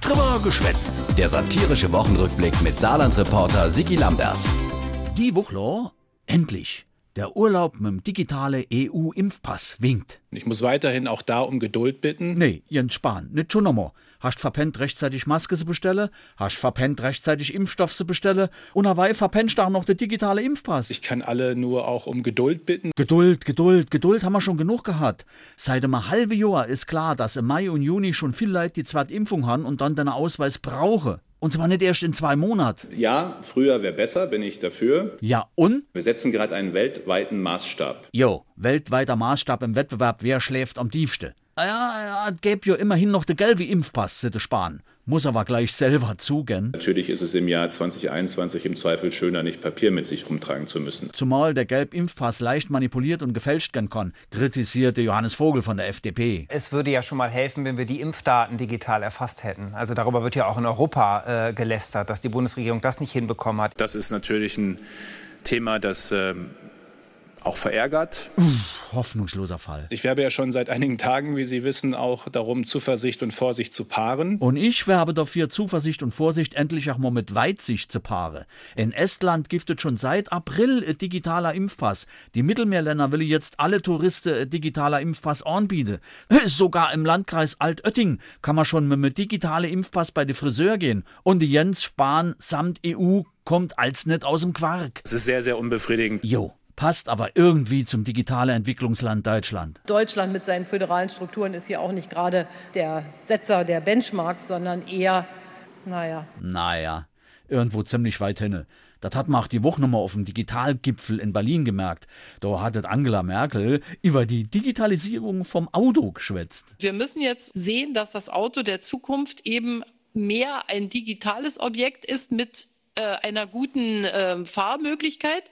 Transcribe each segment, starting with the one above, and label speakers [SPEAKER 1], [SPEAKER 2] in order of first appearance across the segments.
[SPEAKER 1] Drüber geschwätzt. Der satirische Wochenrückblick mit Saarland-Reporter Sigi Lambert.
[SPEAKER 2] Die Wuchler, endlich. Der Urlaub mit dem digitale EU-Impfpass winkt.
[SPEAKER 3] Ich muss weiterhin auch da um Geduld bitten.
[SPEAKER 2] Nee, Jens Spahn, nicht schon nochmal. Hast verpennt, rechtzeitig Maske zu bestellen, hast verpennt, rechtzeitig Impfstoff zu bestellen und dabei verpennst du auch noch den digitale Impfpass.
[SPEAKER 3] Ich kann alle nur auch um Geduld bitten.
[SPEAKER 2] Geduld, Geduld, Geduld haben wir schon genug gehabt. Seit einem halben Jahr ist klar, dass im Mai und Juni schon viel Leute die zweite Impfung haben und dann den Ausweis brauche. Und zwar nicht erst in zwei Monaten.
[SPEAKER 4] Ja, früher wäre besser, bin ich dafür.
[SPEAKER 2] Ja, und?
[SPEAKER 4] Wir setzen gerade einen weltweiten Maßstab.
[SPEAKER 2] Jo, weltweiter Maßstab im Wettbewerb, wer schläft am tiefsten. Ah Ja, ja, gäb ja immerhin noch de gelbe Impfpass, sitte Spahn. Muss aber gleich selber zugehen.
[SPEAKER 4] Natürlich ist es im Jahr 2021 im Zweifel schöner, nicht Papier mit sich rumtragen zu müssen.
[SPEAKER 2] Zumal der gelbe Impfpass leicht manipuliert und gefälscht werden kann, kritisierte Johannes Vogel von der FDP.
[SPEAKER 5] Es würde ja schon mal helfen, wenn wir die Impfdaten digital erfasst hätten. Also darüber wird ja auch in Europa äh, gelästert, dass die Bundesregierung das nicht hinbekommen hat.
[SPEAKER 3] Das ist natürlich ein Thema, das ähm, auch verärgert.
[SPEAKER 2] Hoffnungsloser Fall.
[SPEAKER 3] Ich werbe ja schon seit einigen Tagen, wie Sie wissen, auch darum, Zuversicht und Vorsicht zu paaren.
[SPEAKER 2] Und ich werbe dafür, Zuversicht und Vorsicht endlich auch mal mit Weitsicht zu paare. In Estland giftet schon seit April ein digitaler Impfpass. Die Mittelmeerländer will jetzt alle Touristen ein digitaler Impfpass anbieten. Äh, Sogar im Landkreis Altötting kann man schon mit einem digitalen Impfpass bei den Friseur gehen. Und die Jens Spahn samt EU kommt als nicht aus dem Quark.
[SPEAKER 3] Es ist sehr, sehr unbefriedigend.
[SPEAKER 2] Jo, passt aber irgendwie zum digitale Entwicklungsland Deutschland.
[SPEAKER 6] Deutschland mit seinen föderalen Strukturen ist hier auch nicht gerade der Setzer der Benchmarks, sondern eher, naja,
[SPEAKER 2] Naja, irgendwo ziemlich weit hinne. Das hat man auch die Woche nochmal auf dem Digitalgipfel in Berlin gemerkt. Da hat Angela Merkel über die Digitalisierung vom Auto geschwätzt.
[SPEAKER 7] Wir müssen jetzt sehen, dass das Auto der Zukunft eben mehr ein digitales Objekt ist mit äh, einer guten ähm, Fahrmöglichkeit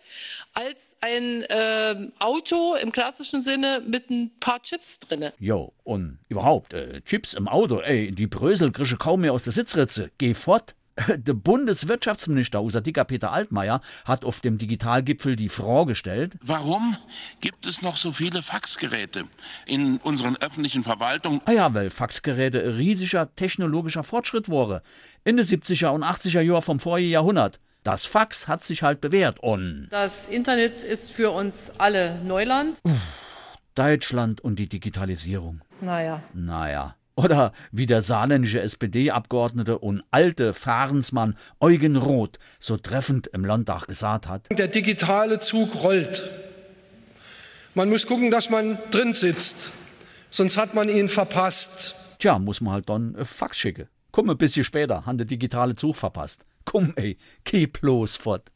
[SPEAKER 7] als ein ähm, Auto im klassischen Sinne mit ein paar Chips drinne.
[SPEAKER 2] Jo, und überhaupt, äh, Chips im Auto, ey, die Brösel krische kaum mehr aus der Sitzritze. Geh fort. Der Bundeswirtschaftsminister, unser dicker Peter Altmaier, hat auf dem Digitalgipfel die Frage gestellt,
[SPEAKER 8] Warum gibt es noch so viele Faxgeräte in unseren öffentlichen Verwaltungen?
[SPEAKER 2] Ah ja, weil Faxgeräte ein riesiger technologischer Fortschritt waren. In den 70er und 80er Jahren vom vorigen Jahrhundert. Das Fax hat sich halt bewährt und
[SPEAKER 6] das Internet ist für uns alle Neuland.
[SPEAKER 2] Deutschland und die Digitalisierung.
[SPEAKER 6] Naja,
[SPEAKER 2] Naja. Oder wie der saarländische SPD-Abgeordnete und alte Fahrensmann Eugen Roth so treffend im Landtag gesagt hat.
[SPEAKER 9] Der digitale Zug rollt. Man muss gucken, dass man drin sitzt, sonst hat man ihn verpasst.
[SPEAKER 2] Tja, muss man halt dann äh, Fax schicken. Komm ein bisschen später, han de digitale Zug verpasst. Komm ey, keep bloß fort.